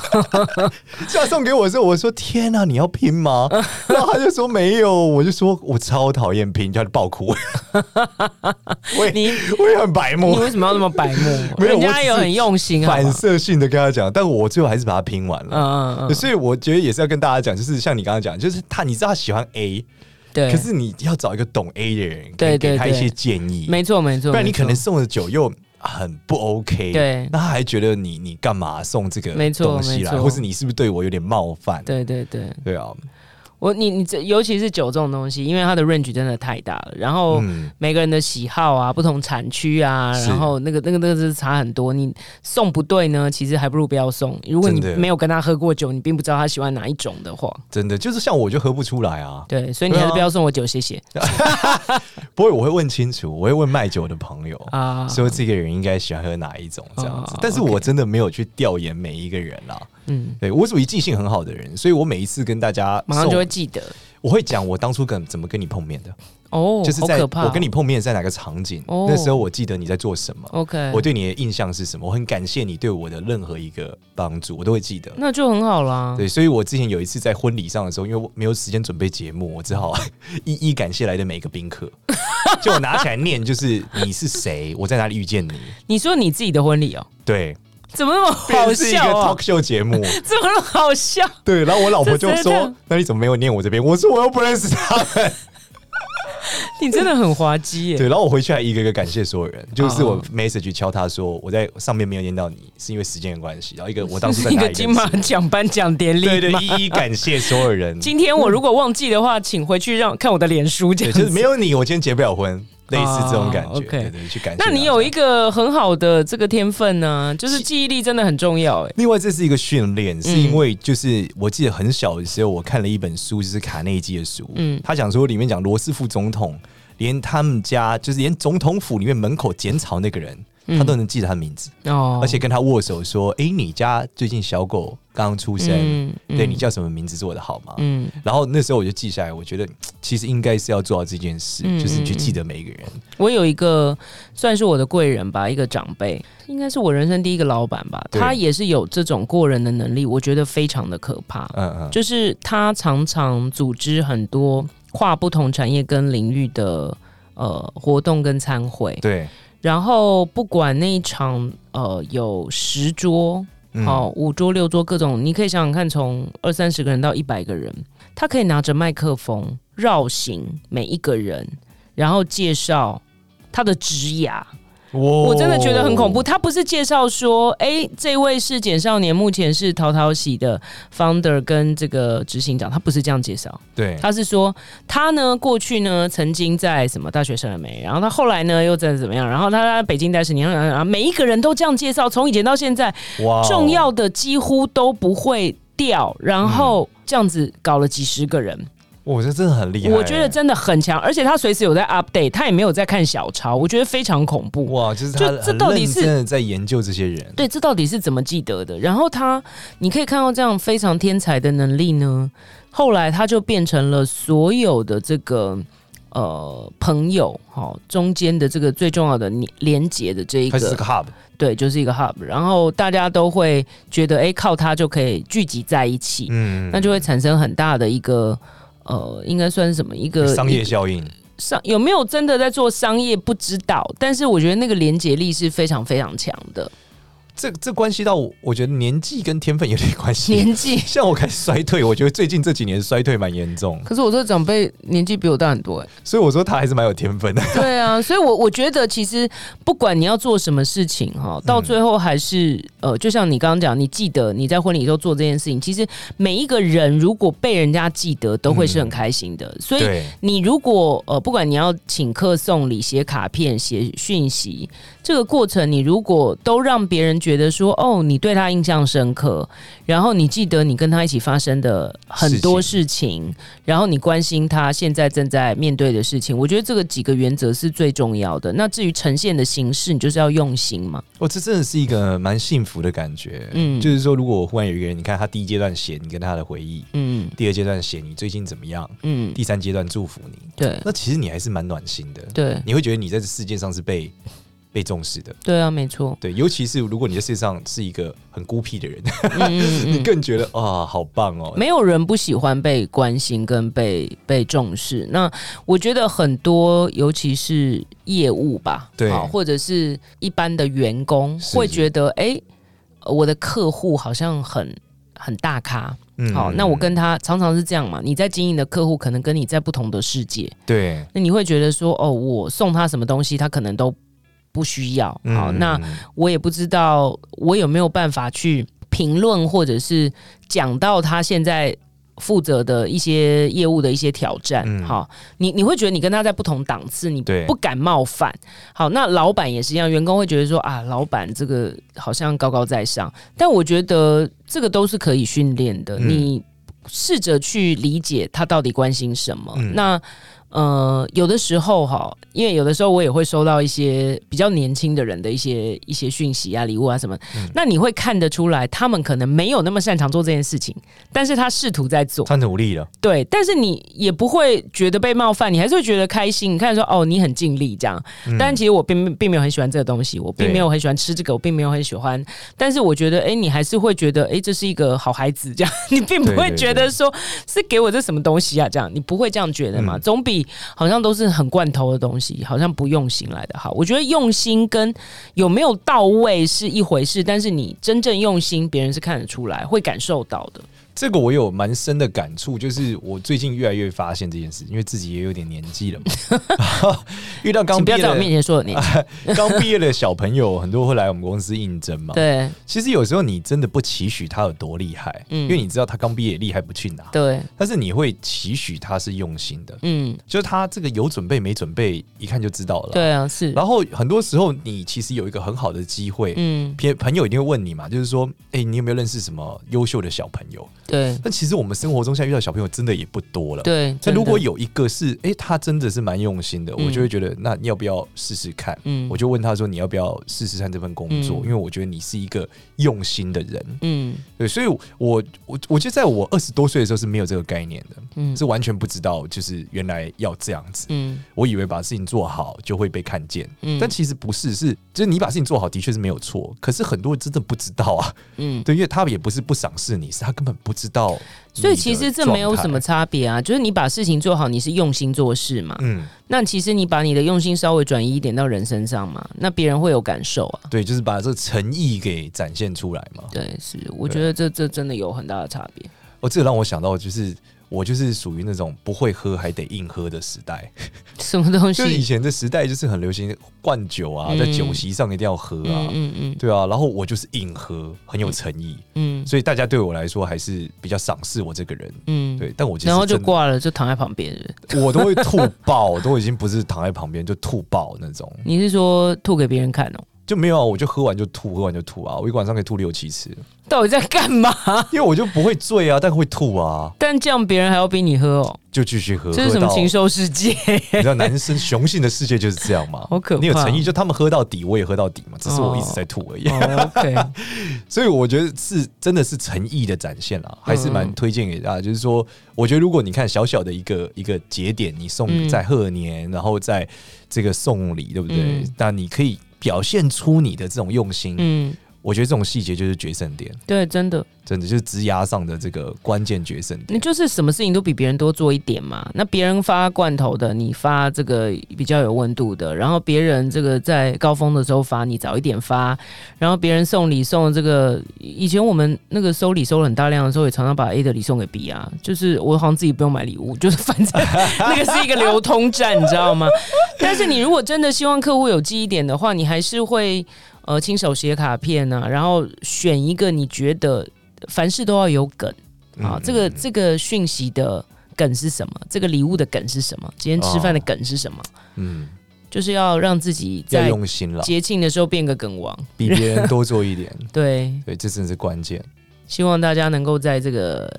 [SPEAKER 1] 所以她送给我的时候，我说天啊，你要拼 吗？然后她就说没有，我就说我超讨厌拼，她就爆哭。 我也
[SPEAKER 2] 你
[SPEAKER 1] 我也很白
[SPEAKER 2] 你
[SPEAKER 1] 目，
[SPEAKER 2] 为什么要那么白目？
[SPEAKER 1] 没有
[SPEAKER 2] 人
[SPEAKER 1] 我只
[SPEAKER 2] 家
[SPEAKER 1] 是
[SPEAKER 2] 有很用心啊。
[SPEAKER 1] 反射性的跟她讲，但我最后还是把它拼完了。
[SPEAKER 2] 嗯嗯嗯，
[SPEAKER 1] 所以我觉得也是要跟大家讲，就是像你刚刚讲，就是他，你知道他喜欢 A，
[SPEAKER 2] 对，
[SPEAKER 1] 可是你要找一个懂 A 的人，可以
[SPEAKER 2] 对
[SPEAKER 1] 给
[SPEAKER 2] 对
[SPEAKER 1] 他一
[SPEAKER 2] 对
[SPEAKER 1] 些建议，
[SPEAKER 2] 没错没错，
[SPEAKER 1] 不然你
[SPEAKER 2] 没
[SPEAKER 1] 可
[SPEAKER 2] 错
[SPEAKER 1] 能送的酒又很不 OK，
[SPEAKER 2] 对
[SPEAKER 1] 那他还觉得你你干嘛送这个
[SPEAKER 2] 没错
[SPEAKER 1] 东西来，
[SPEAKER 2] 没错
[SPEAKER 1] 或是你是不是对我有点冒犯？
[SPEAKER 2] 对对对，
[SPEAKER 1] 对啊，
[SPEAKER 2] 我你你这尤其是酒这种东西，因为它的 range 真的太大了，然后。
[SPEAKER 1] 嗯，
[SPEAKER 2] 每个人的喜好啊，不同产区啊，
[SPEAKER 1] 是
[SPEAKER 2] 然后那个那个那个是差很多。你送不对呢，其实还不如不要送。如果你
[SPEAKER 1] 真的
[SPEAKER 2] 没有跟他喝过酒，你并不知道他喜欢哪一种的话，
[SPEAKER 1] 真的就是像我就喝不出来啊，
[SPEAKER 2] 对，所以你
[SPEAKER 1] 对啊
[SPEAKER 2] 还是不要送我酒，谢谢
[SPEAKER 1] 不过我会问清楚，我会问卖酒的朋友。
[SPEAKER 2] 啊。
[SPEAKER 1] 说这个人应该喜欢喝哪一种这样子，
[SPEAKER 2] 哦
[SPEAKER 1] 但是
[SPEAKER 2] OK
[SPEAKER 1] 我真的没有去调研每一个人啦、
[SPEAKER 2] 嗯，
[SPEAKER 1] 对我属于记性很好的人，所以我每一次跟大家
[SPEAKER 2] 马上就
[SPEAKER 1] 送
[SPEAKER 2] 会记得
[SPEAKER 1] 我会讲我当初跟怎么跟你碰面的，
[SPEAKER 2] 哦，
[SPEAKER 1] 就是
[SPEAKER 2] 好
[SPEAKER 1] 在
[SPEAKER 2] 可怕哦。
[SPEAKER 1] 我跟你碰面在哪个场景，
[SPEAKER 2] 哦
[SPEAKER 1] 那时候我记得你在做什么，
[SPEAKER 2] OK，
[SPEAKER 1] 我对你的印象是什么，我很感谢你对我的任何一个帮助，我都会记得。
[SPEAKER 2] 那就很 好啦。
[SPEAKER 1] 对，所以我之前有一次在婚礼上的时候，因为我没有时间准备节目，我只好 一一感谢来的每一个宾 客，就我拿起来念，就是你是谁，我在哪里遇见你，
[SPEAKER 2] 你说你自己的婚礼哦，
[SPEAKER 1] 对，
[SPEAKER 2] 怎么那么好
[SPEAKER 1] 变成是一个
[SPEAKER 2] 笑啊
[SPEAKER 1] talk？show 节目，
[SPEAKER 2] 怎么那么好笑？
[SPEAKER 1] 对，然后我老婆就
[SPEAKER 2] 这谁这
[SPEAKER 1] 说
[SPEAKER 2] 样：“
[SPEAKER 1] 那你怎么没有念我这边？”我说：“我又不认识他们。”
[SPEAKER 2] 你真的很滑稽耶。
[SPEAKER 1] 对，然后我回去还一个一个感谢所有人，就是我
[SPEAKER 2] 哦
[SPEAKER 1] message 敲他说我在上面没有念到你，是因为时间的关系。然后一个我当时在
[SPEAKER 2] 是一
[SPEAKER 1] 哪
[SPEAKER 2] 个
[SPEAKER 1] 里
[SPEAKER 2] 金马
[SPEAKER 1] 认识
[SPEAKER 2] 奖颁奖典礼
[SPEAKER 1] 对对
[SPEAKER 2] 吗，
[SPEAKER 1] 一一感谢所有人。
[SPEAKER 2] 今天我如果忘记的话，请回去让看我的脸书这
[SPEAKER 1] 对，
[SPEAKER 2] 样
[SPEAKER 1] 就
[SPEAKER 2] 子。
[SPEAKER 1] 是没有你，我今天结不了婚，类似这种感觉。啊
[SPEAKER 2] 哦，OK
[SPEAKER 1] 对对，去感谢他。
[SPEAKER 2] 那你有一个很好的这个天分呢、就是记忆力真的很重要哎、
[SPEAKER 1] 另外，这是一个训练，是
[SPEAKER 2] 嗯
[SPEAKER 1] 因为就是我记得很小的时候，我看了一本书，就是卡内基的书，嗯
[SPEAKER 2] 嗯，
[SPEAKER 1] 他讲说里面讲罗斯福总统，连他们家就是连总统府里面门口检草那个人，
[SPEAKER 2] 嗯
[SPEAKER 1] 他都能记得他的名字。
[SPEAKER 2] 哦，
[SPEAKER 1] 而且跟他握手说：“诶，你家最近小狗刚出生，
[SPEAKER 2] 嗯嗯
[SPEAKER 1] 对你叫什么名字做的好吗？”
[SPEAKER 2] 嗯，
[SPEAKER 1] 然后那时候我就记下来，我觉得嘖其实应该是要做到这件事，
[SPEAKER 2] 嗯
[SPEAKER 1] 就是去记得每一个人。
[SPEAKER 2] 我有一个算是我的贵人吧，一个长辈，应该是我人生第一个老板吧，
[SPEAKER 1] 对
[SPEAKER 2] 他也是有这种过人的能力，我觉得非常的可怕。
[SPEAKER 1] 嗯嗯，
[SPEAKER 2] 就是他常常组织很多跨不同产业跟领域的呃活动跟参会，
[SPEAKER 1] 对，
[SPEAKER 2] 然后不管那一场呃有十桌
[SPEAKER 1] 嗯
[SPEAKER 2] 好、五桌六桌各种，你可以想想看，从二三十个人到一百个人，他可以拿着麦克风绕行每一个人，然后介绍他的职涯。
[SPEAKER 1] 我
[SPEAKER 2] 我真的觉得很恐怖。。他不是介绍说，哎、这位是简少年，目前是淘淘喜的 founder 跟这个执行长，他不是这样介绍。
[SPEAKER 1] 对，
[SPEAKER 2] 他是说他呢过去呢曾经在什么大学生了没，然后他后来呢又在怎么样，然后他在北京待十年，然后然后每一个人都这样介绍，从以前到现在。
[SPEAKER 1] 哇哦
[SPEAKER 2] 重要的几乎都不会掉，然后这样子搞了几十个人，
[SPEAKER 1] 我觉得真的很厉害。
[SPEAKER 2] 我觉得真的很强，而且他随时有在 update，他也没有在看小抄，我觉得非常恐怖。
[SPEAKER 1] 哇，就是他
[SPEAKER 2] 就这到底
[SPEAKER 1] 很
[SPEAKER 2] 是
[SPEAKER 1] 认真的在研究这些人，
[SPEAKER 2] 对，这到底是怎么记得的？然后他，你可以看到这样非常天才的能力呢，后来他就变成了所有的这个呃朋友哈、哦中间的这个最重要的连连接的这一
[SPEAKER 1] 他就是
[SPEAKER 2] 个
[SPEAKER 1] 个 hub，
[SPEAKER 2] 对，就是一个 hub。然后大家都会觉得，哎，靠他就可以聚集在一起，
[SPEAKER 1] 嗯，
[SPEAKER 2] 那就会产生很大的一个呃，应该算是什么一个
[SPEAKER 1] 商业效应，
[SPEAKER 2] 商有没有真的在做商业不知道，但是我觉得那个连接力是非常非常强的。
[SPEAKER 1] 这这关系到我我觉得年纪跟天分有点关系。
[SPEAKER 2] 年纪，
[SPEAKER 1] 像我开始衰退，我觉得最近这几年衰退蛮严重，
[SPEAKER 2] 可是我这个长辈年纪比我大很多、欸，
[SPEAKER 1] 所以我说他还是蛮有天分的。
[SPEAKER 2] 对啊，所以我我觉得其实不管你要做什么事情哈，到最后还是、呃，就像你刚刚讲，你记得你在婚礼的时候做这件事情，其实每一个人如果被人家记得，都会是很开心的。所以
[SPEAKER 1] 对，
[SPEAKER 2] 你如果呃，不管你要请客、送礼、写卡片、写讯息，这个过程你如果都让别人觉得说，哦，你对他印象深刻，然后你记得你跟他一起发生的很多事情，然后你关心他现在正在面对的事情，我觉得这个几个原则是最重要的。那至于呈现的形式，你就是要用心嘛。
[SPEAKER 1] 我哦这真的是一个蛮幸福的感觉。
[SPEAKER 2] 嗯
[SPEAKER 1] 就是说，如果我忽然有一个人，你看他第一阶段写你跟他的回忆，
[SPEAKER 2] 嗯
[SPEAKER 1] 第二阶段写你最近怎么样，
[SPEAKER 2] 嗯，
[SPEAKER 1] 第三阶段祝福你，
[SPEAKER 2] 对
[SPEAKER 1] 那其实你还是蛮暖心的。
[SPEAKER 2] 对
[SPEAKER 1] 你会觉得你在这世界上是被被重视的。
[SPEAKER 2] 对啊，没错。
[SPEAKER 1] 对，尤其是如果你在世界上是一个很孤僻的人，
[SPEAKER 2] 嗯嗯 嗯
[SPEAKER 1] 你更觉得啊，好棒哦。
[SPEAKER 2] 没有人不喜欢被关心跟被被重视。那我觉得很多，尤其是业务吧，
[SPEAKER 1] 对
[SPEAKER 2] 好或者是一般的员工，
[SPEAKER 1] 是
[SPEAKER 2] 会觉得哎、诶呃我的客户好像很很大咖，
[SPEAKER 1] 嗯
[SPEAKER 2] 好，那我跟他常常是这样嘛。你在经营的客户可能跟你在不同的世界，
[SPEAKER 1] 对，
[SPEAKER 2] 那你会觉得说，哦，我送他什么东西，他可能都不需要。好，
[SPEAKER 1] 嗯
[SPEAKER 2] 那我也不知道我有没有办法去评论或者是讲到他现在负责的一些业务的一些挑战。
[SPEAKER 1] 嗯
[SPEAKER 2] 好，你你会觉得你跟他在不同档次，你
[SPEAKER 1] 对
[SPEAKER 2] 不敢冒犯。好，那老板也是一样，员工会觉得说啊，老板这个好像高高在上，但我觉得这个都是可以训练的。
[SPEAKER 1] 嗯
[SPEAKER 2] 你试着去理解他到底关心什么。
[SPEAKER 1] 嗯
[SPEAKER 2] 那呃，有的时候哈，因为有的时候我也会收到一些比较年轻的人的一些一些讯息啊、礼物啊什么，那你会看得出来，他们可能没有那么擅长做这件事情，但是他试图在做。
[SPEAKER 1] 他努力了，
[SPEAKER 2] 对，但是你也不会觉得被冒犯，你还是会觉得开心。你看说哦，你很尽力这样，但其实我并并没有很喜欢这个东西，我并
[SPEAKER 1] 嗯对
[SPEAKER 2] 没有很喜欢吃这个，我并没有很喜欢。但是我觉得，哎、你还是会觉得，哎、这是一个好孩子这样， 你并不
[SPEAKER 1] 对
[SPEAKER 2] 会
[SPEAKER 1] 对
[SPEAKER 2] 觉
[SPEAKER 1] 对
[SPEAKER 2] 得说是给我这什么东西啊这样，你不会这样觉得嘛？
[SPEAKER 1] 嗯
[SPEAKER 2] 总比好像都是很罐头的东西，好像不用心来的好。我觉得用心跟有没有到位是一回事，但是你真正用心，别人是看得出来，会感受到的。
[SPEAKER 1] 这个我有蛮深的感触，就是我最近越来越发现这件事，因为自己也有点年纪 了嘛，遇到刚
[SPEAKER 2] 请不
[SPEAKER 1] 毕
[SPEAKER 2] 要
[SPEAKER 1] 业
[SPEAKER 2] 在我面
[SPEAKER 1] 的
[SPEAKER 2] 前说 我年轻，
[SPEAKER 1] 刚毕业的小朋友，很多会来我们公司应征嘛。
[SPEAKER 2] 对
[SPEAKER 1] 其实有时候你真的不期许他有多厉害，
[SPEAKER 2] 嗯
[SPEAKER 1] 因为你知道他刚毕业厉害不去哪，
[SPEAKER 2] 对，
[SPEAKER 1] 但是你会期许他是用心的，
[SPEAKER 2] 嗯，
[SPEAKER 1] 就是他这个有准备没准备，一看就知道了。。
[SPEAKER 2] 对啊，是，
[SPEAKER 1] 然后很多时候你其实有一个很好的机会，
[SPEAKER 2] 嗯，
[SPEAKER 1] 朋、朋友一定会问你嘛，就是说，哎、你有没有认识什么优秀的小朋友？
[SPEAKER 2] 对
[SPEAKER 1] 但其实我们生活中现在遇到小朋友真的也不多了。。
[SPEAKER 2] 对。
[SPEAKER 1] 那
[SPEAKER 2] 真
[SPEAKER 1] 如果
[SPEAKER 2] 的，
[SPEAKER 1] 有一个是，哎、他真的是蛮用心的，
[SPEAKER 2] 嗯
[SPEAKER 1] 我就会觉得，那你要不要试试看？
[SPEAKER 2] 嗯
[SPEAKER 1] 我就问他说，你要不要试试看这份工作？
[SPEAKER 2] 嗯
[SPEAKER 1] 因为我觉得你是一个用心的人。
[SPEAKER 2] 嗯
[SPEAKER 1] 对，所以我，我我我觉得在我二十多岁的时候是没有这个概念的，
[SPEAKER 2] 嗯
[SPEAKER 1] 是完全不知道，就是原来要这样子。
[SPEAKER 2] 嗯
[SPEAKER 1] 我以为把事情做好就会被看见，
[SPEAKER 2] 嗯，
[SPEAKER 1] 但其实不是，是就是你把事情做好的确是没有错，可是很多人真的不知道啊，
[SPEAKER 2] 嗯，
[SPEAKER 1] 对，因为他也不是不赏识你，是他根本不知道你的状态。
[SPEAKER 2] 所以其实这没有什么差别啊，就是你把事情做好，你是用心做事嘛。
[SPEAKER 1] 嗯，
[SPEAKER 2] 那其实你把你的用心稍微转移一点到人身上嘛，那别人会有感受啊。
[SPEAKER 1] 对，就是把这个诚意给展现出来嘛。
[SPEAKER 2] 对，是，我
[SPEAKER 1] 对
[SPEAKER 2] 觉得这这真的有很大的差别。
[SPEAKER 1] 哦，这个让我想到，就是我就是属于那种不会喝还得硬喝的时代，
[SPEAKER 2] 什么东
[SPEAKER 1] 就是以
[SPEAKER 2] 西？
[SPEAKER 1] 前的时代就是很流行灌酒啊，
[SPEAKER 2] 嗯
[SPEAKER 1] 在酒席上一定要喝啊
[SPEAKER 2] 嗯，嗯嗯
[SPEAKER 1] 对啊，然后我就是硬喝，很有诚意，
[SPEAKER 2] 嗯
[SPEAKER 1] 所以大家对我来说还是比较赏识我这个人。
[SPEAKER 2] 嗯，
[SPEAKER 1] 对，但我其实
[SPEAKER 2] 然后就
[SPEAKER 1] 真的
[SPEAKER 2] 挂了，就躺在旁边。是不是
[SPEAKER 1] 我都会吐爆，都已经不是躺在旁边就吐爆那种。
[SPEAKER 2] 你是说吐给别人看哦？
[SPEAKER 1] 就没有啊，我就喝完就吐，喝完就吐啊，我一晚上可以吐六七次，
[SPEAKER 2] 到底在干嘛？
[SPEAKER 1] 因为我就不会醉啊，但会吐啊，
[SPEAKER 2] 但这样别人还要逼你喝哦，
[SPEAKER 1] 就继续喝。
[SPEAKER 2] 这是什么
[SPEAKER 1] 喝到
[SPEAKER 2] 禽兽世界？
[SPEAKER 1] 你知道男生雄性的世界就是这样嘛？
[SPEAKER 2] 好可怕
[SPEAKER 1] 你有诚意，就他们喝到底，我也喝到底嘛，只是我一直在吐而已。
[SPEAKER 2] 哦 OK，
[SPEAKER 1] 所以我觉得是真的是诚意的展现
[SPEAKER 2] 嗯
[SPEAKER 1] 啦，还是蛮推荐给大家。就是说，我觉得如果你看小小的一个一个节点，你送
[SPEAKER 2] 嗯
[SPEAKER 1] 在贺年，然后在这个送礼，对不对
[SPEAKER 2] 嗯？
[SPEAKER 1] 那你可以表现出你的这种用心，
[SPEAKER 2] 嗯，
[SPEAKER 1] 我觉得这种细节就是决胜点，
[SPEAKER 2] 对，真的，
[SPEAKER 1] 真的就是职涯上的这个关键决胜
[SPEAKER 2] 你
[SPEAKER 1] 点。
[SPEAKER 2] 就是什么事情都比别人多做一点嘛。那别人发罐头的，你发这个比较有温度的；然后别人这个在高峰的时候发，你早一点发；然后别人送礼送这个，以前我们那个收礼收了很大量的时候，也常常把 A 的礼送给 B 啊。就是我好像自己不用买礼物，就是反正 那个是一个流通站，你知道吗？ 但是你如果真的希望客户有记忆点的话，你还是会呃亲手写卡片啊，然后选一个你觉得凡事都要有梗。
[SPEAKER 1] 嗯
[SPEAKER 2] 啊，这个这个讯息的梗是什么？这个礼物的梗是什么？今天吃饭的梗是什么？
[SPEAKER 1] 嗯，
[SPEAKER 2] 就是要让自己
[SPEAKER 1] 要
[SPEAKER 2] 在
[SPEAKER 1] 用心了，
[SPEAKER 2] 节庆的时候变个梗王。
[SPEAKER 1] 比别人多做一点，
[SPEAKER 2] 对，
[SPEAKER 1] 对，这真的是关键。
[SPEAKER 2] 希望大家能够在这个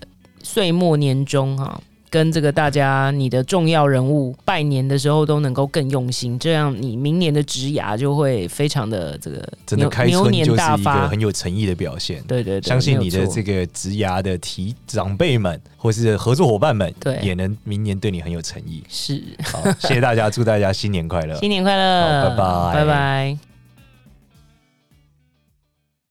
[SPEAKER 2] 岁末年终哈、跟这个大家你的重要人物拜年的时候都能够更用心，这样你明年的职涯就会非常的这个
[SPEAKER 1] 真的
[SPEAKER 2] 牛
[SPEAKER 1] 开
[SPEAKER 2] 牛
[SPEAKER 1] 春就
[SPEAKER 2] 年大
[SPEAKER 1] 是一个
[SPEAKER 2] 发。
[SPEAKER 1] 很有诚意的表现。
[SPEAKER 2] 对对对，
[SPEAKER 1] 相信你
[SPEAKER 2] 没
[SPEAKER 1] 的
[SPEAKER 2] 有错
[SPEAKER 1] 这个职涯的提长辈们或是合作伙伴们，
[SPEAKER 2] 对
[SPEAKER 1] 也能明年对你很有诚意。
[SPEAKER 2] 是
[SPEAKER 1] 好，谢谢大家，祝大家新年快乐。
[SPEAKER 2] 新年快乐，
[SPEAKER 1] 好拜拜
[SPEAKER 2] 拜拜。